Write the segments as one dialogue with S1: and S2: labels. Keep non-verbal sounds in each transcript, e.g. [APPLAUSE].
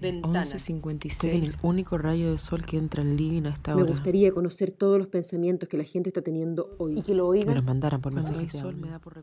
S1: Ventanas.
S2: 11.56.
S1: Estoy en el único rayo de sol que entra en living a esta
S2: Me
S1: hora.
S2: gustaría conocer todos los pensamientos que la gente está teniendo hoy y que lo
S1: que me los
S2: oigan.
S1: mandaran por
S2: Cuando
S1: mensaje.
S2: hay sol, me da
S1: por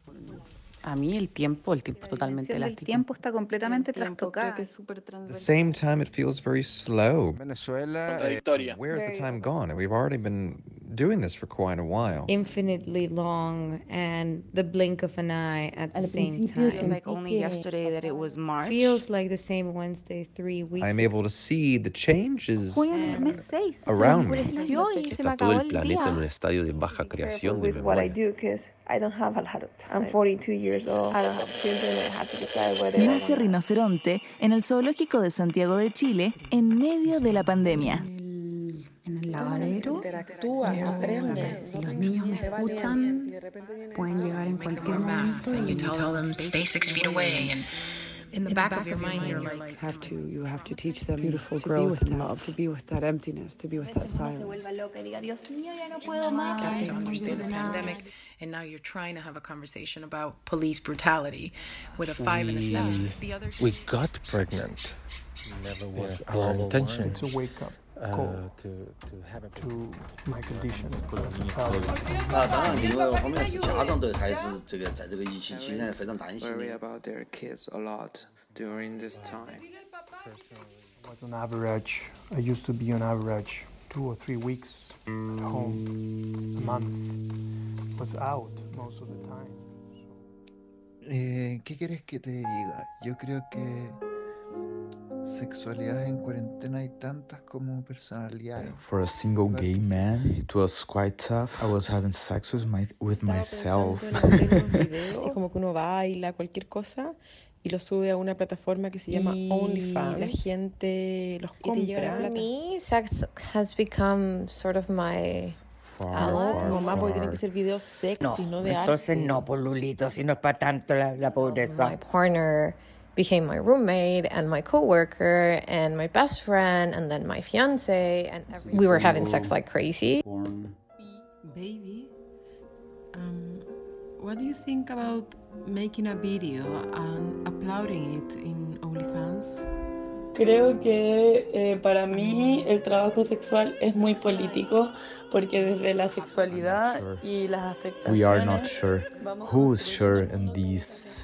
S3: A mí el tiempo, el tiempo es totalmente
S4: dimensión del
S3: elástico.
S4: tiempo está completamente
S5: tiempo, creo
S4: trastocada.
S5: que es súper
S6: At the
S5: transversal.
S6: same time, it feels very slow.
S7: Venezuela. eh,
S8: Contradictoria.
S7: where-
S6: Where's the time gone? We've already been doing this for quite a while.
S9: infinitely long and the blink of an eye at the
S10: Al
S9: same
S10: principio
S9: time.
S10: sentí
S11: It's like only
S10: que
S11: yesterday that it was March.
S9: Feels like the same Wednesday three weeks
S6: I'm
S9: ago.
S6: able to see the changes.
S4: Junio del mes 6.
S6: Se me Around me.
S12: oscureció y se me
S13: Está todo
S12: acabó
S13: el
S12: el
S13: planeta en un
S12: día.
S13: estadio de baja creación de
S14: with what I
S13: memoria.
S14: do because I don't have a lot of time. I'm 42 years old. I don't have children. I have to decide whether
S15: Iba
S14: I
S15: ese
S14: wanna-
S15: rinoceronte en el zoológico de Santiago de Chile en medio de la pandemia.
S10: el- en el
S16: Toda la
S10: lavadero,
S16: gente interactúa,
S10: veo
S16: aprende,
S10: ahora, si
S16: no
S10: los
S16: tengo
S10: niños me
S16: miedo, vale,
S10: escuchan,
S16: y de repente viene
S10: pueden
S16: eso,
S10: llegar en
S16: make them
S10: cualquier
S16: wear
S10: momento.
S16: masks, and
S10: y-
S16: you tell them, "Stay six feet away," and
S17: in the back of your mind, you're like, have to, you have to teach them beautiful growth and love, to be with that emptiness, to be with that
S14: se
S17: silence.
S14: vuelva loca y diga, Dios mío, ya no puedo más.
S17: Kids don't understand the pandemic,
S10: Nice.
S17: and now you're trying to have a conversation about police brutality with a five and a seven. The other
S18: we got pregnant.
S19: Never
S18: Yeah,
S19: was
S18: our
S19: our
S18: intention.
S19: intention to wake up
S18: uh,
S19: call
S18: to, to have a
S19: to my condition.
S20: 那当然，另外一个方面是家长对孩子这个在这个疫情期间非常担
S21: Parents
S20: 心
S21: worry
S20: 的。
S21: about their kids a lot during this time.
S19: was on average, I used to be on average two or three weeks at home, a month. Was out most of the time.
S22: Eh, ¿Qué quieres que te diga? Yo creo que sexualidades en cuarentena hay tantas como personalidades.
S23: For a single gay
S19: [LAUGHS]
S23: man, it was quite tough. I was having sex with my with myself.
S24: Así como que uno baila, cualquier cosa, y lo sube a una plataforma que se llama
S25: Y
S24: OnlyFans.
S25: la
S24: La gente los
S25: For
S24: compra.
S25: me, sex has become sort of my ally.
S24: mamá, porque tienen que ser videos sexy, no, de
S26: Entonces
S24: arte.
S26: no, pues Lulito, si no es para tanto la,
S11: Oh
S26: la pobreza.
S25: partner became my roommate and my coworker and my best friend and then my fiance and every- we were having sex like crazy.
S27: Baby, um, what do you think about making a video and uploading it in OnlyFans?
S28: Creo que eh, para mí el trabajo sexual es muy político porque desde la sexualidad y las afectaciones
S23: We are not sure who's sure in these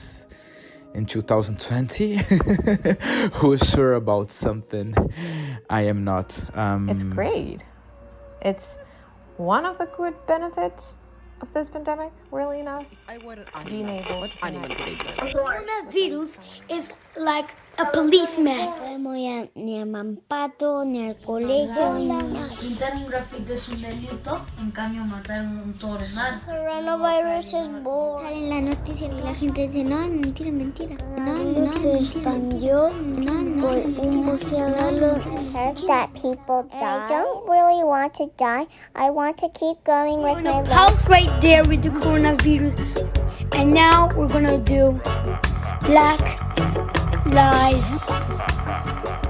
S23: in 2020. Who's sure about something? I am not. Um,
S25: It's great. It's one of the good benefits of this pandemic, really enough. Being able to connect.
S29: Coronavirus is like a policeman.
S30: podemos ir a- ni a Mampato, ni al colegio, ni nada. Pintar un grafito es un delito, en cambio matar un toro es arte. Coronavirus es bueno. Sale en la noticia que la gente dice, no, mentira, mentira. No, no, se expandió por un museo de los... That people die. I don't really want to die. I want to keep going with my life.
S29: Pause right there with the coronavirus. And now we're gonna do Black Lives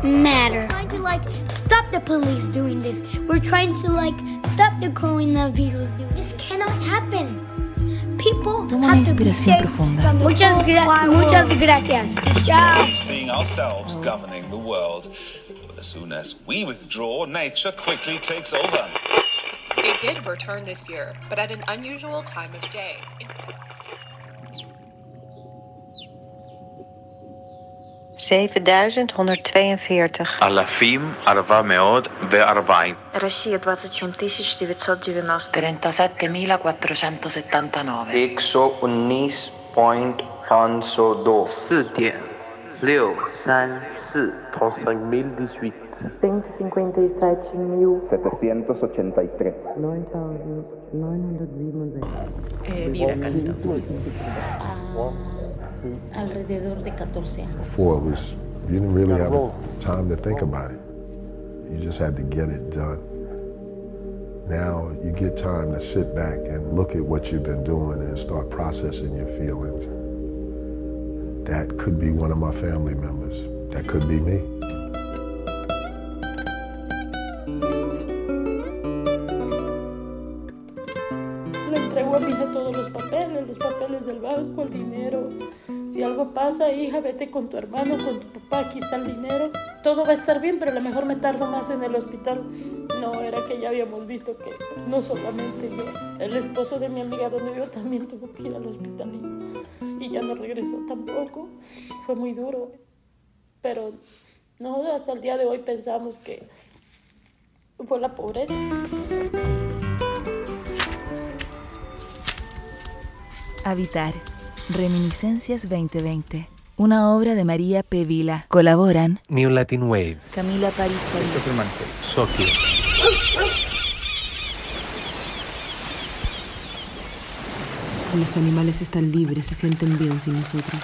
S29: Matter. Trying to like stop the police doing this. We're trying to like stop the coronavirus. This cannot happen. People
S15: Toma una
S29: have to be
S15: inspiración
S29: safe
S15: profunda.
S29: from the
S16: Muchas gra-
S29: whole
S16: muchas
S29: world.
S16: gracias.
S29: Chao.
S28: seeing ourselves governing the world. As soon as we withdraw, nature quickly takes over.
S29: They did return this year, but at an unusual time of day. Instead-
S30: 7142.
S31: Alafim Arvameod Bearbain.
S30: Россия 27 990. 37479.
S7: Exo unis point hanso dos. Leo san si. mil dieciocho. 783.
S16: 9967.
S7: Eh, vida,
S16: alrededor de 14 años.
S32: Before it was, you didn't really have time to think about it. You just had to get it done. Now you get time to sit back and look at what you've been doing and start processing your feelings. That could be one of my family members. That could be me.
S28: Le entrego a mi hija todos los papeles, los papeles del banco, el dinero. Si algo pasa, hija, vete con tu hermano, con tu papá, aquí está el dinero. todo va a estar bien, pero a lo mejor me tardo más en el hospital. No, era que ya habíamos visto que no solamente yo, el esposo de mi amiga donde yo también tuvo que ir al hospital y, y ya no regresó tampoco. Fue muy duro, pero no, hasta el día de hoy pensamos que fue la pobreza.
S26: Habitar. Reminiscencias 2020. Una obra de María P. Vila. Colaboran
S7: New Latin Wave.
S26: Camila París.
S7: Sophie.
S27: Los animales están libres, se sienten bien sin nosotros.